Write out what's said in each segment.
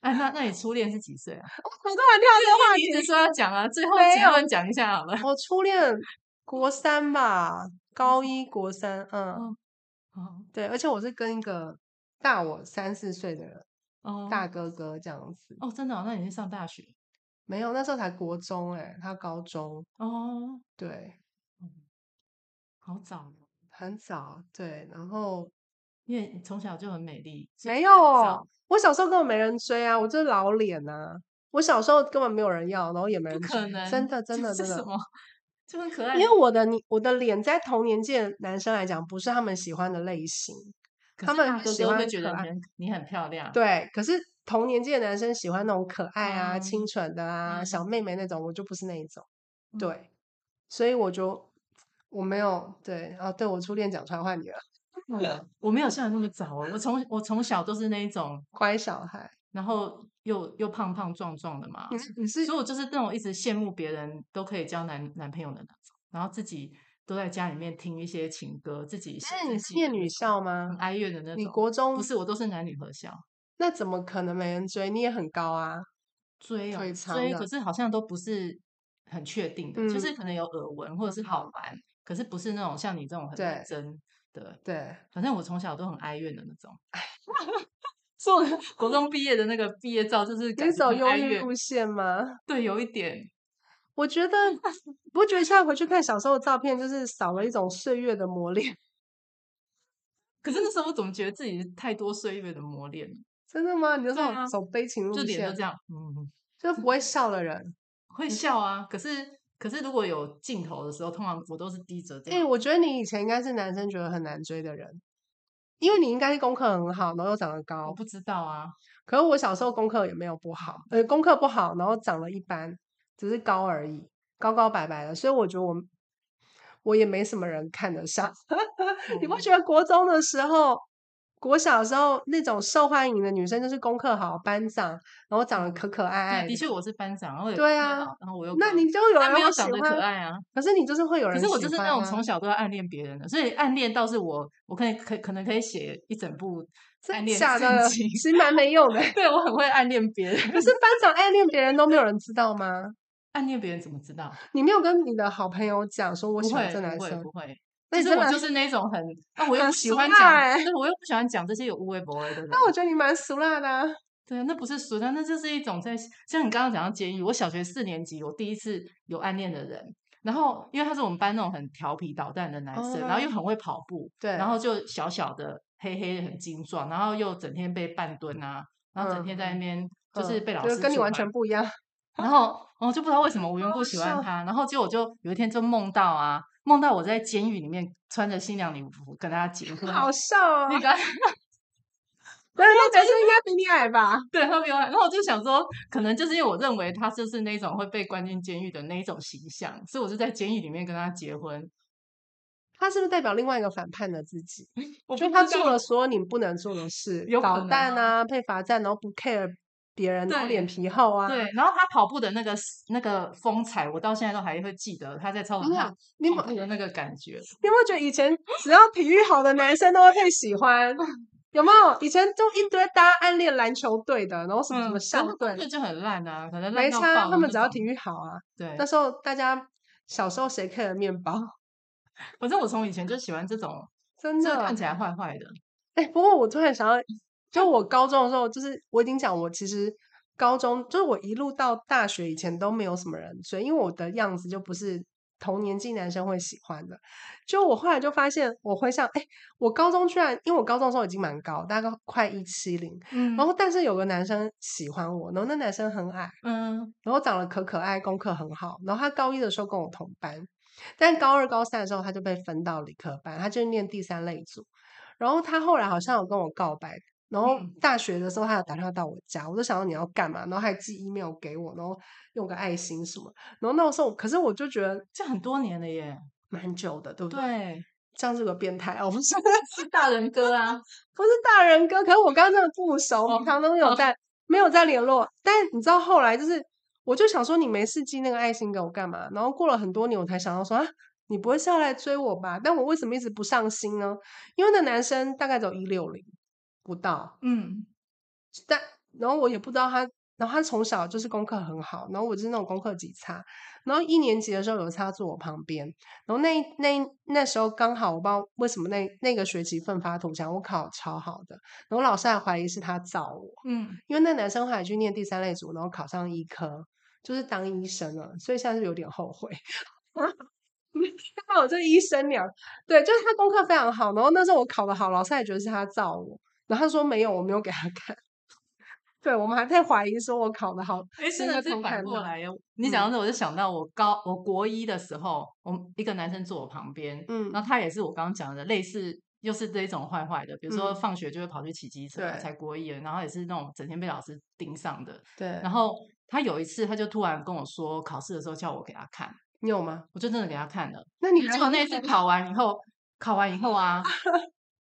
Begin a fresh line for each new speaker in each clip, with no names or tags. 啊那那你初恋是几岁啊？
我突然跳这个话
你一
题
直说要讲啊，最后
没
结
有
论讲一下好了。
我初恋国三吧，高一国三，嗯，
嗯哦
对，而且我是跟一个大我三四岁的人，
哦，
大哥哥这样子。
哦，真的、哦，那你是上大学
没有，那时候才国中哎、他高中，
哦，嗯
对，
好早哦，
很早，对，然后
因为你从小就很美丽，所以很
没有哦
早，
我小时候根本没人追啊，我就是老脸啊，我小时候根本没有人要，然后也没
不
人追
可能，
真的
这
真的
是
真
什
的，
么？就很可爱，
因为我的你我的脸在同年纪的男生来讲，不是他们喜欢的类型，
可
他
是
们
大哥
喜
哥会
欢
觉
可
得
爱
你很你很漂亮，
对，可是同年纪的男生喜欢那种可爱啊、
嗯
清纯的啊、
嗯
小妹妹那种，我就不是那一种。
嗯
对，所以我就我没有对啊，对我初恋讲出来换你了，
嗯，我没有像你那么早哦，我从我从小都是那一种，
乖小孩，
然后又又胖胖壮壮的嘛，
你是你是
所以我就是那种一直羡慕别人都可以交男男朋友的那种，然后自己都在家里面听一些情歌，自己写
但
自
是哎你
己
是念
的
女
那种
校吗
很？哀怨的那种。
你国中
不是，我都是男女合校
那怎么可能没人追？你也很高啊，
追哦
腿长
追，
的嗯
可是好像都不是很确定的，就是可能有耳闻或者是好玩，可是不是那种像你这种很认
对
真的。
对，
反正我从小都很哀怨的那种。是我国中毕业的那个毕业照，就是
你
感觉
走
很
忧
哀
郁
怨
路，线吗？
对，有一点
我 觉得，我觉得现在回去看小时候的照片，就是少了一种岁月的磨练，
可是那时候我总觉得自己太多岁月的磨练了，
真的吗？你就
对
是
啊
走悲情
就
路
脸都
线
这，样，嗯，
就不会笑的人。嗯
会笑啊。可是可是如果有镜头的时候，通常我都是低着这
哎、
样。
我觉得你以前应该是男生觉得很难追的人，因为你应该是功课很好，然后又长得
我
高。
不知道啊，
可是我小时候功课也没有不好，呃，功课不好，然后长得一般，只是高而已，高高白白的。所以我觉得我我也没什么人看得上。 你不
嗯
觉得国中的时候，国小的时候那种受欢迎的女生就是功课好、班长，然后长得可可爱爱
嗯对，的确我是班长，然后也
对
不太
啊
好然后我又
那
高
你就有
但
人
没有
会喜
长得
欢
可。爱啊。
可是你就是会有
可
人
是
喜欢、啊。
我就是那种从小都在暗恋别人的，所以暗恋到是我，我可以可可能可以写一整部暗
真
恋
假
圣
的，
经
其实蛮没用的。
对我很会暗恋别人，
可是班长暗恋别人都没有人知道吗？
暗恋别人怎么知道？
你没有跟你的好朋友讲 说我
不
喜
会
欢这男
不会
生
不，会。
那
其
你
实
真
我
的
就是那种很，啊，我又
很
不喜欢
俗辣
讲，
欸
对，我又不喜欢讲这些有无微博的人。
那我觉得你蛮俗辣的、啊。
对啊，那不是俗但那就是一种在像你刚刚讲到监狱。我小学四年级，我第一次有暗恋的人，然后因为他是我们班那种很调皮捣蛋的男生，然后
哦
又很会跑步，
对，
然后就小小的、黑黑的、很精壮，然后又整天被半蹲啊，然后整天在那边就是
嗯
被老
就
师
是跟你
处
完
罚
全不一样。
然后我就不知道为什么无缘
好
故喜欢
笑
他，然后结果我就有一天就梦到啊，梦到我在监狱里面穿着新娘礼服跟他结婚，
好笑哦！
嗯那个
那那男生应该比你矮吧？
对他比我矮，然后我就想说，可能就是因为我认为他就是那种会被关进监狱的那一种形象，所以我就在监狱里面跟他结婚。
他是不是代表另外一个反叛的自己？
我
就
不
他
知
做
道
了所有你不能做的事，
有可
捣
能
蛋
啊
啊，被罚站，然后不 care 别人，然后
对
脸皮厚啊。
对，然后他跑步的那个那个风采，我到现在都还会记得他在操场
真的
上
啊，你有没
跑
有
步的那个感觉。嗯
你有没有觉得以前只要体育好的男生都会被喜欢？有没有？以前都一堆大家暗恋篮球队的，然后什么什么
可是他
校
们
队，
这就很嗯烂啊，可能烂
没
到
差，
爆
他
的
们
那
只要
种
体育好啊。
对
那，时候大家小时候谁 care 面包？
反正我从以前就喜欢这种，
真
就是
的啊
看起来坏坏的。
哎、不过我突然想到，就我高中的时候，就是我已经讲，我其实高中就是我一路到大学以前都没有什么人追，因为我的样子就不是同年纪男生会喜欢的。就我后来就发现，我回想，哎、我高中居然，因为我高中的时候已经蛮高，大概快一七零，
嗯
然后但是有个男生喜欢我，然后那男生很矮，
嗯，
然后长得可可爱，功课很好。然后他高一的时候跟我同班，但高二、高三的时候他就被分到理科班，他就念第三类组。然后他后来好像有跟我告白，然后
嗯
大学的时候他有打电话到我家，我就想到你要干嘛，然后还寄 email 给我，然后用个爱心什么。然后那时候，可是我就觉得
这很多年了耶。
蛮久的，对不对？
对，
这样是个变态哦，不是
是大人哥啊，
不是大人哥，可是我刚刚真的不熟，
哦
平常都没有
哦
在、没有在联络。但你知道后来就是，我就想说你没事寄那个爱心给我干嘛？然后过了很多年，我才想到说啊，你不会是要来追我吧？但我为什么一直不上心呢？因为那男生大概只有一六零不到，
嗯，
但然后我也不知道他，然后他从小就是功课很好，然后我就是那种功课极差，然后一年级的时候有一次他坐我旁边，然后那一那一那时候刚好我不知道为什么那那个学期奋发图强，我考超好的，然后老师还怀疑是他造我，
嗯，
因为那男生后来去念第三类组，然后考上医科，就是当医生了，所以现在是有点后悔。 刚好这医生娘，对，就是他功课非常好，然后那时候我考的好，老师还觉得是他造我，然后他说没有，我没有给他看。 对，我们还在怀疑说我考的好，
哎，真
应该
的是
偷
反
看
过
他
来耶。你讲到
嗯
这，我就想到我高我国一的时候，我们一个男生坐我旁边，
嗯
然后他也是我刚刚讲的类似。又是这种坏坏的，比如说
嗯
放学就会跑去骑机车啊，
对
才国一而已，然后也是那种整天被老师盯上的。
对，
然后他有一次，他就突然跟我说，考试的时候叫我给他看，
你有吗？
我就真的给他看了。
那你
结
还
果
有
那一次考完以后，考完以后啊，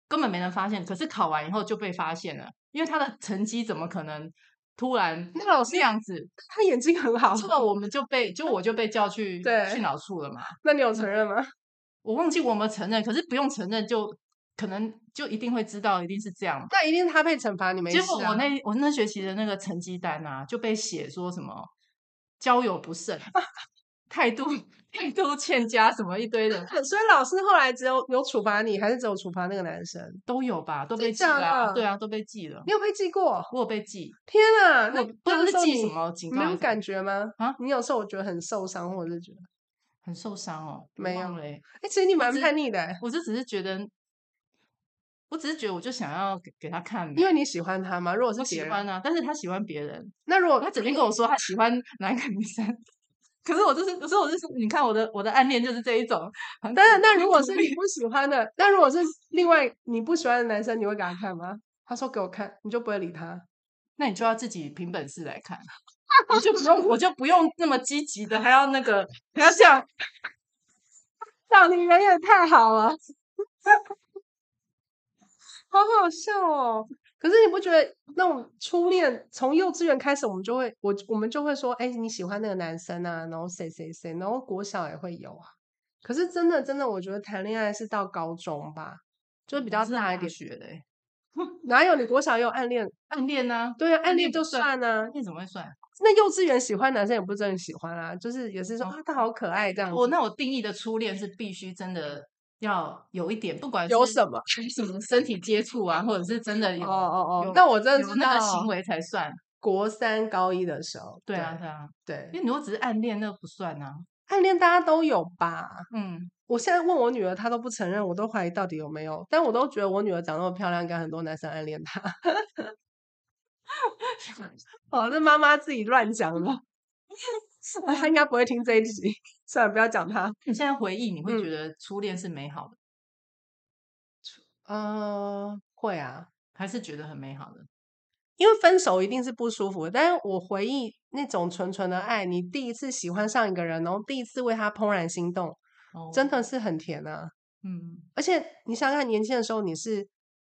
根本没人发现，可是考完以后就被发现了，因为他的成绩怎么可能突然
那老
那
师
样子？
他眼睛很好，
这个我们就被就我就被叫去
哦对
训导处了嘛。
那你有承认吗？
我忘记我们承认，可是不用承认就可能就一定会知道，一定是这样。
那一定他被惩罚，你没事、
结
啊。
果我那我那学期的那个成绩单啊，就被写说什么交友不 慎、态度态度欠佳什么一堆的
所以老师后来只有有处罚你，还是只有处罚那个男生？
都有吧，都
真
被记
假
了啊、
的
对啊，都被记了。
你有被记过？
我有被记，
天啊！那
我不知道
那
是
时候
记什么警
你
告
没
还
有
是
感觉吗？
啊
你有时候我觉得很受伤，或者是觉得，
很受伤哦，我
没
忘
有
了欸
哎、其实你蛮
只
叛逆的、欸，
我就只是觉得，我只是觉得我就想要给给他 看呗，
因为你喜欢他吗？如果是
我
别
喜
人，
欢啊，但是他喜欢别人，
那如果
他整天跟我说他喜欢哪一个女生， 可是我就是，可是我就是，你看我的我的暗恋就是这一种，很
但 是那
很
如果
苦
是
力
你不喜欢的，那如果是另外你不喜欢的男生，你会给他看吗？他说给我看，你就不会理他。
那你就要自己凭本事来看，我就不用，我就不用那么积极的，还要那个，还要这样，
长你人也太好了，好好笑哦。可是你不觉得那种初恋从幼稚园开始，我们就会我我们就会说，哎、你喜欢那个男生啊，然后谁谁谁，然后国小也会有啊。可是真的真的，我觉得谈恋爱是到高中吧， 就是比
比
较大一点。
学的欸、
哪有你国小也有暗恋？
暗恋呢、
对啊，暗
恋
恋
不
就
算
算啊
暗。恋怎么会算？
那幼稚园喜欢男生也不是真的喜欢啊，就是也是说
哦
啊，他好可爱这样子。
我那我定义的初恋是必须真的要有一点，不管
有
是
什么？
什么身体接触啊，或者是真的
哦
有
哦哦
有，
但我真的
有
知
那
道
个行为才算。
国三高一的时候，
对啊，对啊，
对
因为你如果只是暗恋，那不算啊。
暗恋大家都有吧？
嗯，
我现在问我女儿，她都不承认，我都怀疑到底有没有。但我都觉得我女儿长那么漂亮，应该很多男生暗恋 她。哦，那妈妈自己乱讲 的，她应该不会听这一集。算了，不要讲她。
你现在回忆，你会
嗯
觉得初恋是美好的，
呃，会啊，
还是觉得很美好的？
因为分手一定是不舒服的，但是我回忆那种纯纯的爱，你第一次喜欢上一个人，然后第一次为他怦然心动，
哦，
真，的是很甜啊。
嗯，
而且你想想看，年轻的时候你是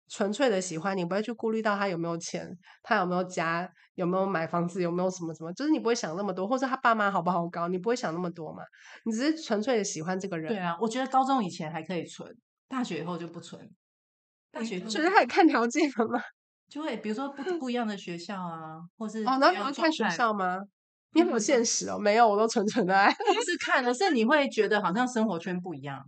纯粹的喜欢，你不会去顾虑到他有没有钱，他有没有家，有没有买房子，有没有什么什么，就是你不会想那么多，或者他爸妈好不好搞，你不会想那么多嘛，你只是纯粹的喜欢这个人。
对啊，我觉得高中以前还可以存，大学以后就不存。大 学以后
觉得他也看条件了吗？
就会，比如说不 不一样的学校啊，或是
哦，
不
那
一
你
样
会
的状
看学
态
校吗？你有没有现实哦？没有，我都纯纯的爱。
不是看，而是你会觉得好像生活圈不一样。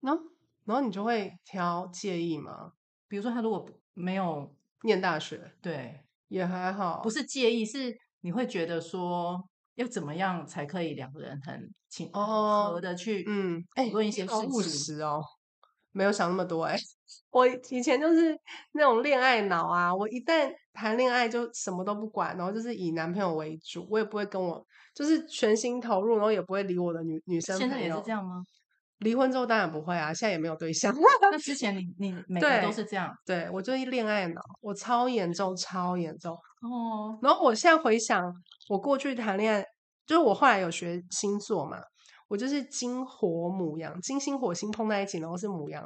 然后，然后你就会挑介意吗？
比如说，他如果不没有
念大学
对，
也还好，
不是介意，是你会觉得说要怎么样才可以两个人很亲
哦
和的去
嗯，哎、
讨论一
你
些
好
事
务
情。
实哦， 没有想那么多哎、 我以前就是那种恋爱脑啊，我一旦谈恋爱就什么都不管，然后就是以男朋友为主，我也不会跟我就是全心投入，然后也不会理我的女女生
现在
朋
也是
友
这。样吗？
离婚之后当然不会啊，现在也没有对 象。
那之前你你每个都
对
是这样
对我就是恋爱脑，我超严重，超严重。
哦，
然后我现在回想，我过去谈恋爱，就是我后来有学星座嘛，我就是金火母羊，金星火星碰在一起，然后是母羊，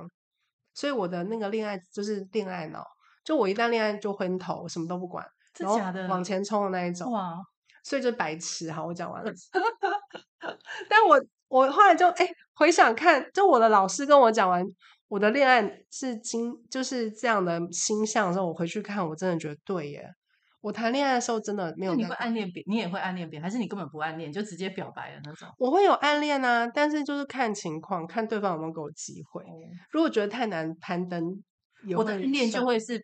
所以我的那个恋爱就是恋爱脑，就我一旦恋爱就昏头，我什么都不管，
真
然后
假的？
往前冲的那一种，
哇，
所以就是白痴。好，我讲完了， 但我我后来就哎、回想看，就我的老师跟我讲完。我的恋爱是金，就是这样的星象的时候，我回去看，我真的觉得对耶，我谈恋爱的时候真的
那
没有
你
在
会暗恋别，你也会暗恋别人，还是你根本不暗恋，就直接表白的那种？
我会有暗恋啊，但是就是看情况，看对方有没有给我机会。如果觉得太难攀登，也
哦我的
会
暗恋就
算
会是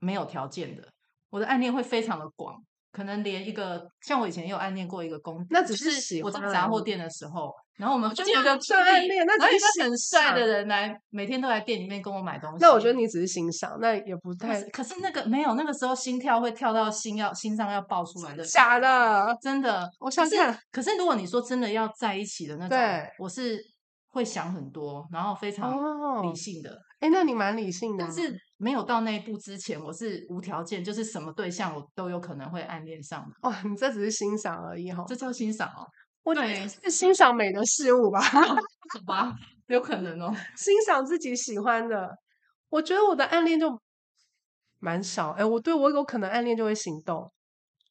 没有条件的，我的暗恋会非常的广，可能连一个像我以前也有暗恋过一个公，
那
就
只是
是
喜
我在
欢
杂
而
货
已
店的时候，然后我们
觉
就
得
有
那
个
不算暗恋那只
然后
是
一个很
欣
帅的
赏
人来，每天都来店里面跟我买东西。
那我觉得你只是欣赏，那也不
可
太
是可是那个没有，那个时候心跳会跳到心要心脏要爆出来的，
假的。
真的。
我
可
想
是
想，
可是如果你说真的要在一起的那种
对，
我是会想很多，然后非常
哦
理，性的。
哎，那你蛮理性的啊，
但是没有到那一步之前，我是无条件，就是什么对象我都有可能会暗恋上的，
哦，你这只是欣赏而已哈。
这叫欣赏哦，
我觉得
对
是欣赏美的事物吧，
好吧， 有可能哦。
欣赏自己喜欢的。我觉得我的暗恋就蛮少，哎，我对我有可能暗恋就会行动，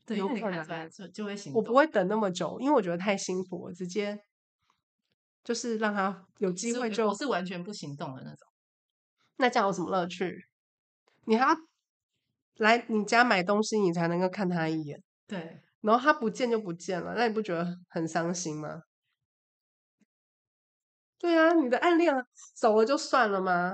对，
有
因为你
可
看
能
出来啊就就会行
我
动。
不会等那么久，因为我觉得太辛苦，我直接就是让他有机
是
会
我
哦就
我是完全不行动的那种，
那这样有什么乐趣？你还要来你家买东西，你才能够看他一眼，
对，
然后他不见就不见了，那你不觉得很伤心吗？对啊，你的暗恋走了就算了吗？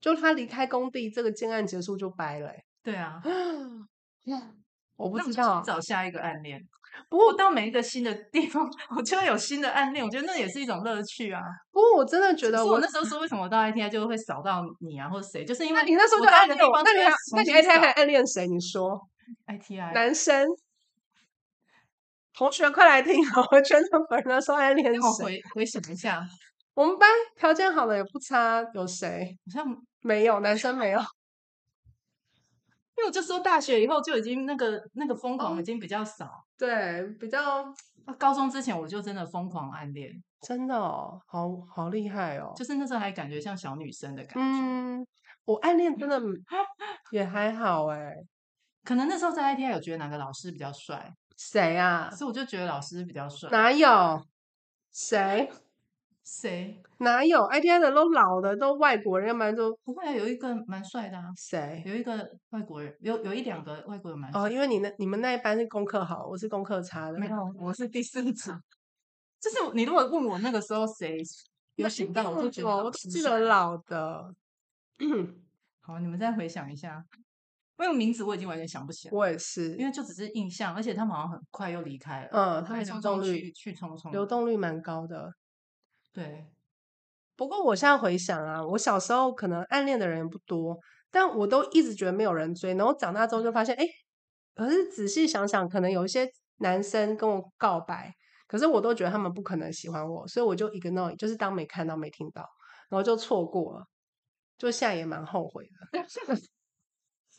就他离开工地，这个建案结束就掰了欸、
对啊，
我不
那
知
我就去
道，
找下一个暗恋。
不
我
过
到每一个新的地方， 我就会有新的暗恋，我觉得那也是一种乐趣啊。
不过我真的觉
所
得
以
我
我那时候说为什么我到 ITI 就会扫到你啊，或者谁，就是因
那
为
你那时候
我
就
到
暗
一个
恋
地
我，
方
那
就
你
会
还
重
那你
新
I T
扫
还暗恋谁？你说
ITI
男生同学快来听，啊我觉得本人说暗恋
让我
谁？
回回想一下，好
我们班条件好的也不差，有谁？
像
没有，男生没有。
因为我就说大学以后就已经那个那个疯
哦
狂已经比较少，
对，比较
啊高中之前我就真的疯狂暗恋，
真的哦，好好厉害哦。
就是那时候还感觉像小女生的感觉，
嗯，我暗恋真的也还好哎。
可能那时候在 ITI 有觉得哪个老师比较帅，
谁啊？
所以我就觉得老师比较帅，
哪有？谁？
谁
哪有？ITI 的都老的，都外国人，要不然就
不会啊有一个蛮帅的啊，
谁？
有一个外国人，有有一两个外国人蛮帅
哦，因为你那你们那一班是功课好，我是功课差的。
没有，我是第四场。就是你如果问我那个时候 谁有想到，我就觉得
我
好
都
奇
记
怪
得老的。
好，你们再回想一下，因为名字我已经完全想不起来，
我也是，
因为就只是印象，而且他们好像很快又离开了，
嗯，他
快
们
匆
流
匆
动率
去去匆匆
流
了
动率蛮高的。
对，
不过我现在回想啊，我小时候可能暗恋的人不多，但我都一直觉得没有人追。然后长大之后就发现，哎，可是仔细想想，可能有一些男生跟我告白，可是我都觉得他们不可能喜欢我，所以我就 ignore，就是当没看到、没听到，然后就错过了。就现在也蛮后悔的。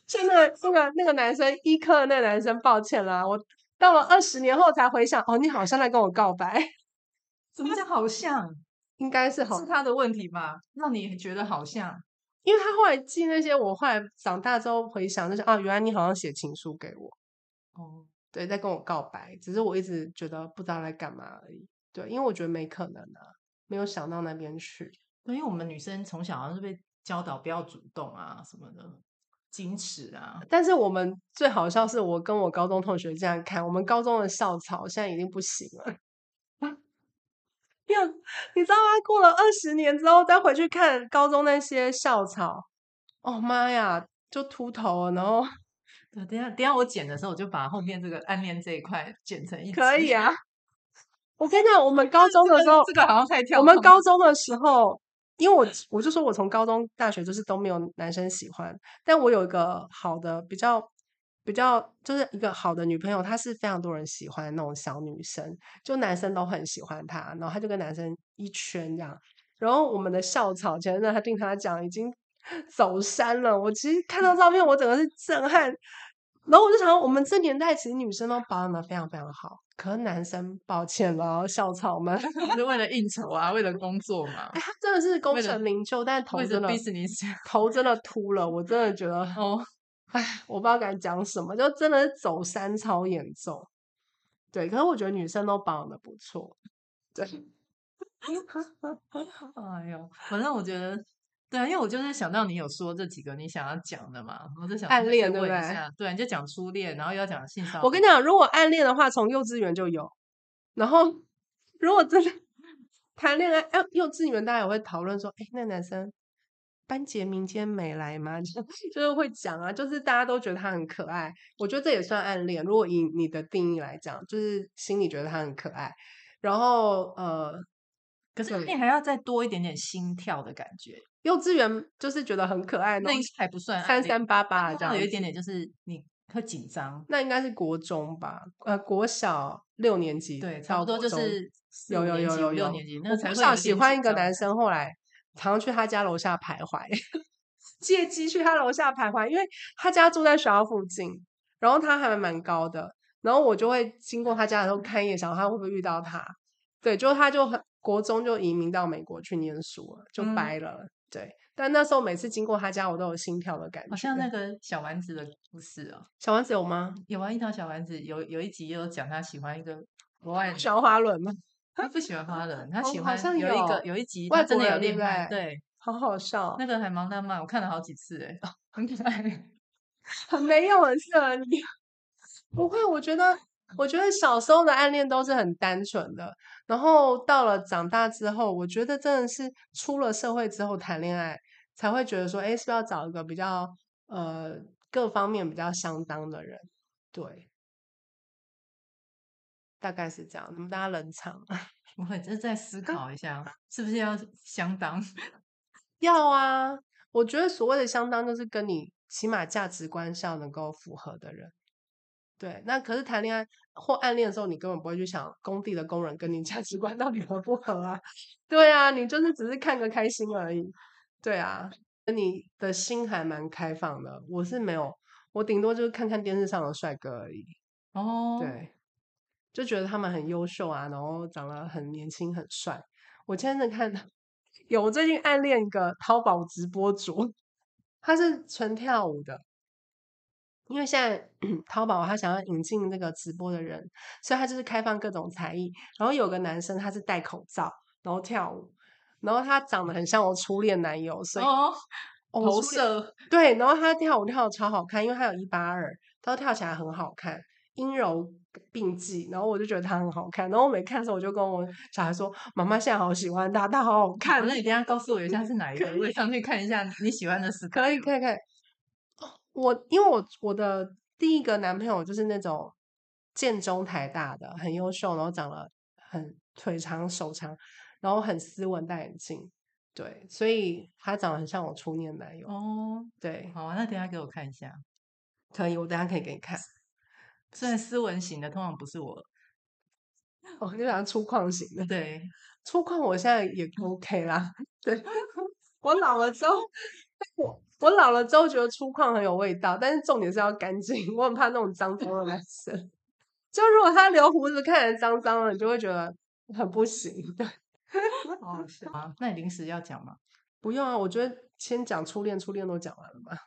现在那个那个男生一课那个男生，抱歉啦，我到了二十年后才回想，哦，你好像在跟我告白，
怎么讲好像
应该是 好
是他的问题吧？让你觉得好像
因为他后来寄那些，我后来长大之后回想，就是啊，原来你好像写情书给我，
哦，
对，在跟我告白，只是我一直觉得不知道在干嘛而已，对，因为我觉得没可能啊，没有想到那边去，
对，因为我们女生从小好像是被教导不要主动啊什么的，矜持啊，
但是我们最好笑是我跟我高中同学这样看，我们高中的校草现在已经不行了。 因为你知道吗？过了二十年之后再回去看高中那些校草，哦妈呀，就秃头了，然后
对，等一下等一下我剪的时候，我就把后面这个暗恋这一块剪成一
可
集
以，啊。 我跟你讲，我们高中
这
的
个
时候，
这个好像太跳
我们
痛
高中的时候，因为我我就说我从高中、大学就是都没有男生喜欢，但我有一个好的比较比较，就是一个好的女朋友，她是非常多人喜欢的那种小女生，就男生都很喜欢她，然后她就跟男生一圈这样。然后我们的校草前任，他听他讲已经 走山了。我其实看到照片，我整个是震撼。然后我就想，我们这年代其实女生都保养的非常非常好，可是男生抱歉了，哦校草们，
是为了应酬啊，为了工作嘛
哎，，他真的是功
为了
成名就，但头
为
真
了
的
business
头真的秃了，我真的觉得，
哦，
我不知道该讲什么，就真的是走山超严重。对，可是我觉得女生都保养的不错，对，
哎呦，反正我觉得对啊，因为我就是想到你有说这几个你想要讲的嘛，我就想
暗
说那
恋
先
对不
问一
对
下，对，你就讲初恋，然后又要讲性骚
我跟你
你
讲，如果暗恋的话，从幼稚园就有。然后，如果真的谈恋爱，哎，幼稚园大家也会讨论说，哎，那男生班杰明今天没来吗？ 就就是会讲啊，就是大家都觉得他很可爱。我觉得这也算暗恋。如果以你的定义来讲，就是心里觉得他很可爱。然后，呃，
可是
对
你还要再多一点点心跳的感觉，
幼稚园就是觉得很可爱，
那应该还不算暗
三
恋
三八八啊这
看
样
到
子，
有一点点就是你会紧张，
那应该是国中吧，呃，国小六年级，
对，差不多就是四
有
五
有
年
有
级
有
五六
有
年级，那
我
才
国
会
小
有
喜
点
欢
紧
一个
张
男生，后来常常去他家楼下徘徊，借机去他楼下徘徊，因为他家住在学校附近，然后他还蛮高的，然后我就会经过他家的时候看一眼，想他会不会遇到他。对，就他就很国中就移民到美国去念书了，就
嗯
掰了。对，但那时候每次经过他家，我都有心跳的感觉。
好像那个小丸子的故事哦，
小丸子有 吗？
有啊，樱桃小丸子有有一集也有讲他喜欢一个国外人，
小花轮吗？
他不喜欢花人，他
哦
喜
好
欢
像
有一个
有
有一集
外
他真
国
的有
人对
恋
不
爱，
对
对，
好好笑哦，
那个还蛮浪漫，我看了好几 次哎，很可爱。
很没有，很适合你。不会，我觉得，我觉得小时候的暗恋都是很单纯的，然后到了长大之后，我觉得真的是出了社会之后谈恋爱，才会觉得说，哎，是不是要找一个比较呃各方面比较相当的人？对，大概是这样。你们大家冷场，
我会就是再
啊
思考一下，是不是要相 当？
要啊，我觉得所谓的相当，就是跟你起码价值观上能够符合的人。对，那可是谈恋爱或暗恋的时候，你根本不会去想工地的工人跟你 价值观到底合不合啊？对啊，你就是只是看个开心而已。对啊，你的心还蛮开放的，我是没有，我顶多就是看看电视上的帅哥而已。
哦，，
对，就觉得他们很优秀啊，然后长得很年轻很帅。我真的看到有，我最近暗恋一个淘宝直播主，他是纯跳舞的。因为现在 淘宝他想要引进那个直播的人，所以他就是开放各种才艺。然后有个男生他是戴口罩，然后跳舞，然后他长得很像我初恋男友，所以
哦，
哦我
投
初恋
射，
对，然后他跳舞跳的超好看，因为他有一八二，他跳起来很好看，阴柔并济。然后我就觉得他很好看，然后我每看的时候，我就跟我小孩说：“妈妈现在好喜欢他，他好好看。
嗯哦看，那你等一下告诉我一下是哪一个，我也上去看一下你喜欢的时刻。
可以，可以，可以。哦我因为我我的第一个男朋友就是那种建中台大的，很优秀，然后长得很腿长手长，然后很斯文，戴眼镜。对，所以他长得很像我初恋男友。
哦，
对，
好啊，那等一下给我看一下。
可以，我等一下可以给你看。
虽然斯文型的通常不是我，
哦，就想粗犷型的。
对，
粗犷我现在也 OK 啦。 对，我老了之后，我我老了之后觉得粗犷很有味道，但是重点是要干净， 我很怕那种脏脏的男生。 就如果他留胡子，看起来脏脏的，你就会觉得很不行。 对，
好好笑啊。那你临时要讲吗？
不用啊，我觉得先讲初恋，初恋都讲完了嘛。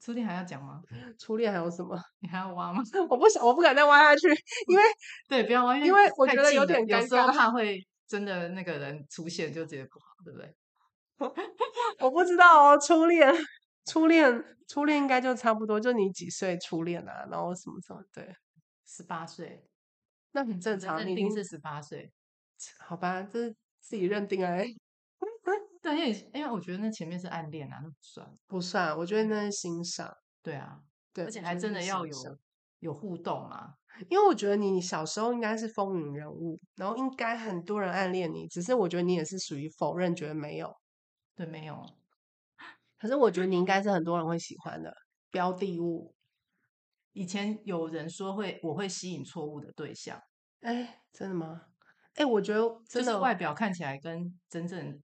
初恋还要讲吗？
初恋还有什么？
你还要挖吗？
我不想，我不敢再挖下去，因为
对，不要挖，
因为我
太
觉得有
近了
点
有
尴
时候
尬
怕会真的那个人出现就直接不好，对不对？
我不知道哦。初恋，初恋，初恋应该就差不多，就你几岁初恋啊，然后什么什么，对，
十八岁，
那很正常。
认
你已
定
经
是十八岁。
好吧，这是自己认定哎，
对，因为因为我觉得那前面是暗恋啊，那不算。
不算，我觉得那是欣赏，
对啊，
对，
而且
我
还
觉得
真
那
的
是
要
欣
有
赏
有互动嘛。
因为我觉得你小时候应该是风云人物，然后应该很多人暗恋你，只是我觉得你也是属于否认，觉得没有，
对，没有。
可是我觉得你应该是很多人会喜欢的标的物，
以前有人说会我会吸引错误的对象，
哎，真的吗？哎，我觉得
就
真
是
的哦
外表看起来跟真正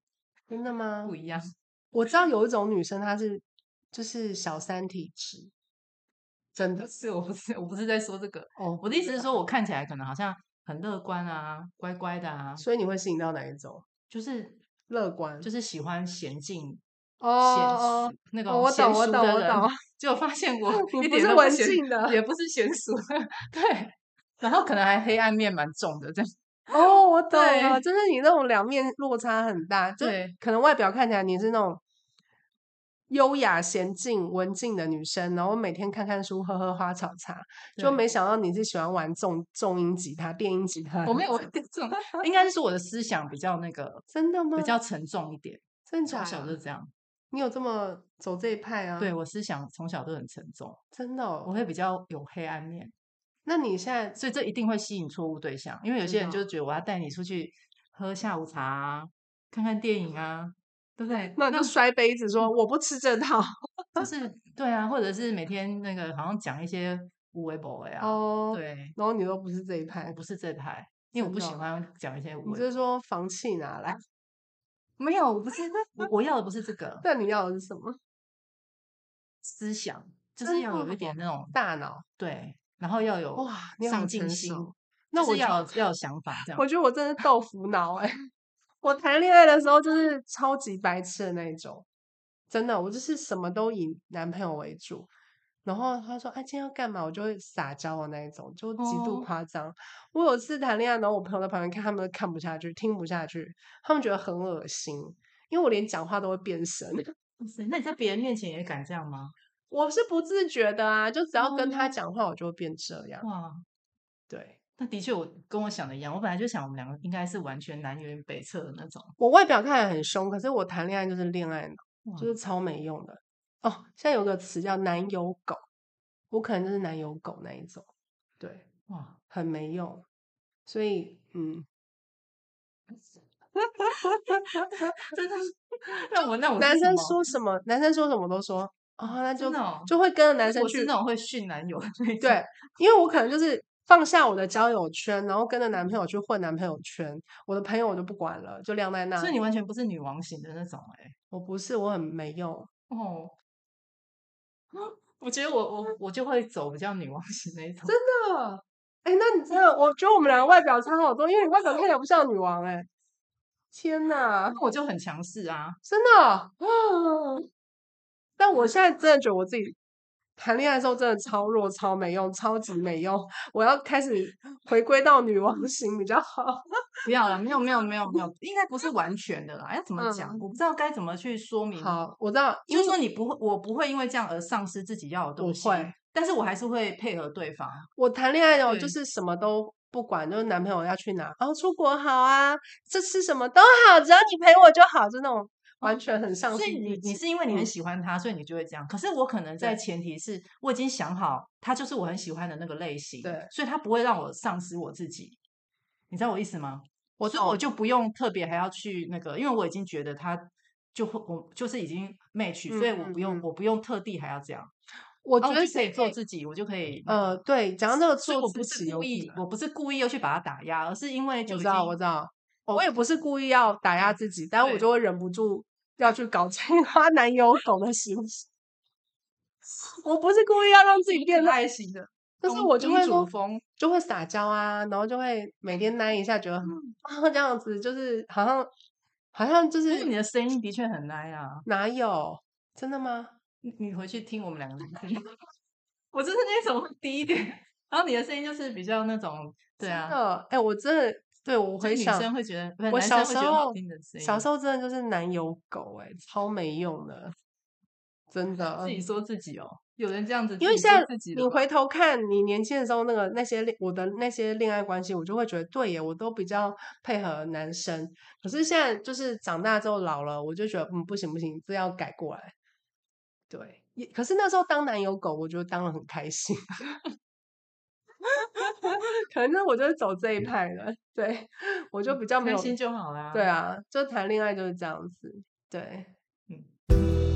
真的吗
不？一样。
我知道有一种女生，她是就是小三体质，真的
不是，我不是，我不是在说这个。
哦。
我的意思是说，我看起来可能好像很乐观啊，乖乖的啊，
所以你会吸引到哪一种？
就是
乐观
就是喜欢娴静娴
哦
熟那
哦
种
我
娴
懂我
熟
懂
的
我
人
懂，
结果发现我 一
你 不
点
是
都
文
娴
静的
也不是娴熟， 对。然后可能还黑暗面蛮重的，这样
哦，我懂
对
了，就是你那种两面落差很大，就
对
可能外表看起来你是那种优雅、娴静、文静的女生，然后每天看看书、喝喝花草茶，就
对
没想到你是喜欢玩重重音吉他、电音吉他。
我没有 我这种，应该是说我的思想比较那个
真的吗？
比较沉重一点，
真假
从小
啊
就这样。
你有这么走这一派啊？
对，我思想从小都很沉重，
真的、
我
哦。
会比较有黑暗面，
那你现在
所以这一定会吸引错误对象。因为有
真
些人
的哦
就觉得我要带你出去喝下午茶、啊，看看电影啊，对不对？
那你就摔杯子
嗯
说我不吃这套
就
嗯
是对啊，或者是每天那个好像讲一些无为博为啊，
哦，
对，
然后你都不是这一
我
派，
不是这派，因为我
真
不
的
喜
哦
欢讲一些无
你
为。
就说房契 拿来，
没有，我不是，我我要的不是这个
那你要的是什么？
思想，就
真
是要有
的
一点那种
大脑
对，然后要有
哇，你好
上进
成
心，
熟。
就
那
是
我觉
要
得
有要有想法这样
我。觉得我真的是豆腐脑 哎、我谈恋爱的时候就是超级白痴的那一种，真的，我就是什么都以男朋友为主。然后他说：“哎、今天要干嘛？”我就会撒娇的那一种，就极度
哦
夸张。我有一次谈恋爱，然后我朋友在旁边看，他们都看不下去，听不下去，他们觉得很恶心，因为我连讲话都会变声。
哇塞那你在别人面前也敢这样吗？
我是不自觉的啊，就只要跟他
哦
讲话，我就会变这样。
哇，
对
那的确我跟我想的一样，我本来就想我们两个应该是完全南辕北辙的那种。
我外表看起来很凶，可是我谈恋爱就是恋爱脑，
哇
就是超没用的。哦，现在有个词叫“男友狗”，我可能就是男友狗那一种，对，
哇，
很没用。所以，嗯，
真的是， 那我那我是
男
哦什
生
么
说什么，男生说什么都说啊、那就
真的哦
就会跟着男生
我是
去
那种会训男友的那种。
对，因为我可能就是放下我的交友圈，然后跟着男朋友去混男朋友圈，我的朋友我就不管了，就晾在那
所以
里。
你完全不是女王型的那种哎、
我不是，我很没用。
哦，我觉得我我我就会走比较女王型那一种。
哎、那你真的，我觉得我们两个外表差好多，因为你外表看起来不像女王哎、天哪，
那我就很强势啊，
真的 啊！但我现在真的觉得我自己谈恋爱的时候真的超弱、超没用、超级没用，我要开始回归到女王型比较好。
不要了，没有没有没有没有，应该不是完全的啦。要怎么讲？
嗯
我不知道该怎么去说 明。，
好，我知道，因
就
为
是说你不会，我不会因为这样而丧失自己要的
我
东西
会，
但是我还是会配合对方。
我谈恋爱的哦，就
对
是什么都不管，就是男朋友要去哪，然、后出国好啊，这吃什么都好，只要你陪我就好，就那种完全很上
哦所以
心
你
自
你
己。
是因为你很
嗯
喜欢他，所以你就会这样。可是我可能在
对
前提是我已经想好，他就是我很喜欢的那个类型，
对
所以他不会让我丧失我自己。你知道我意思吗？
我
所以我
懂
就不用特别还要去那个，因为我已经觉得他就会我就是已经 match，、所以我
嗯
不用
嗯
我不用特地还要这样，
我
啊
觉
我
得
就可以做
己。
自己，我就可以
呃，对，讲到这个
所以
做
我
自
不是
己有
故意，我不是故意要去把他打压，而是因为就
我
已
知道，
经
我知道，我也不是故意要打压自己，但我
嗯对
就会忍不住要去搞这一 花男友狗的行为。我不是故意要让自己变
恋爱
赖，
型的，
但是
公
我就
公
会
主
说
风，嗯
就会撒娇啊，然后就会每天奶一下，觉得很啊 这样子，就是好像好像就
但是你
是
的声音的确很 nice 啊。
哪有真的吗？
你你回去听我们两个聊天， 我就是那种低一点，然后你的声音就是比较那种，对
真
啊，
的，哎，我真的对我
就
回
女
想，
生会觉得，不是
我
男生
小
会
时
觉得好
候
听的声音，
小时候真的就是男友狗、哎，超没用的，真的 嗯
自。己说自己哦，有人这样子自己
因
说
为
自己
现
了吧，
在你回头看你年轻的时候那个那些恋我的那些恋爱关系，我就会觉得对耶，我都比较配合男生。可是现在就是长大之后老了，我就觉得嗯不行不行，这要改过来。对，也可是那时候当男友狗，我觉得当的很 开心。可能那我就是走这一派的，对我就比较没
嗯开
有
啊心就好啦，
对，啊，就谈恋爱就是这样子，对。
嗯。